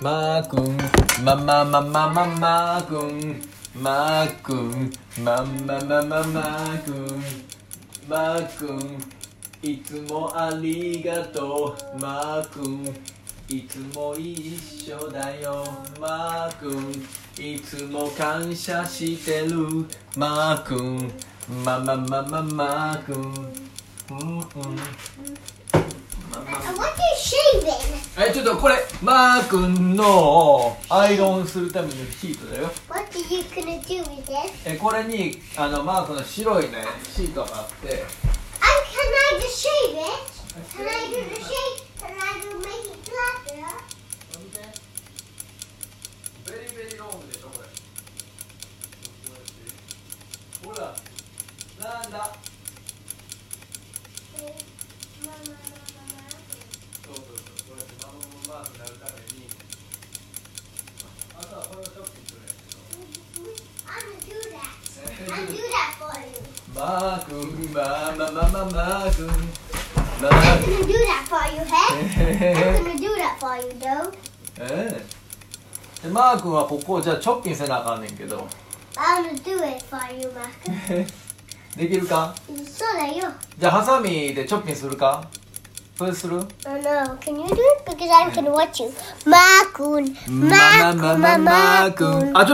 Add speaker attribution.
Speaker 1: マー君ママママママー君マー君マママママー君マー君いつもありがとうマー君いつも一緒だよマー君いつも感謝してるマー君マママママー君うんうんママ
Speaker 2: I want it shaving.
Speaker 1: えちょっとこれマー君のアイロンするためのシートだよ
Speaker 2: What are you gonna do with it?
Speaker 1: えこれにあのマー君の白いねシートがあって
Speaker 2: And Oh, can I just shave it? Can I do the shave? Can I do make it flatter?
Speaker 1: ベリーベリーロングでしょこれほらなんだ
Speaker 2: Mama, mama,
Speaker 1: そうそうそうこうやってママママークになるためにあとはこれをチョッピングするんや
Speaker 2: mama. I'm gonna do that.
Speaker 1: け
Speaker 2: I'll do that for you.
Speaker 1: マー君マーママママー君マ
Speaker 2: I'm
Speaker 1: ー
Speaker 2: gonna do that for you, hey?
Speaker 1: 君
Speaker 2: I'm gonna do that for you, though.
Speaker 1: ええでマー君はここをじゃあチョッピンせなあかんねんけど
Speaker 2: I'm gonna do it for you, Mark.
Speaker 1: できるか
Speaker 2: So that you.
Speaker 1: じゃあハサミでチョッピンするかそれする
Speaker 2: Oh no, can you do it? Because I'm gonna watch you. Mark-un. Mark,
Speaker 1: あちょ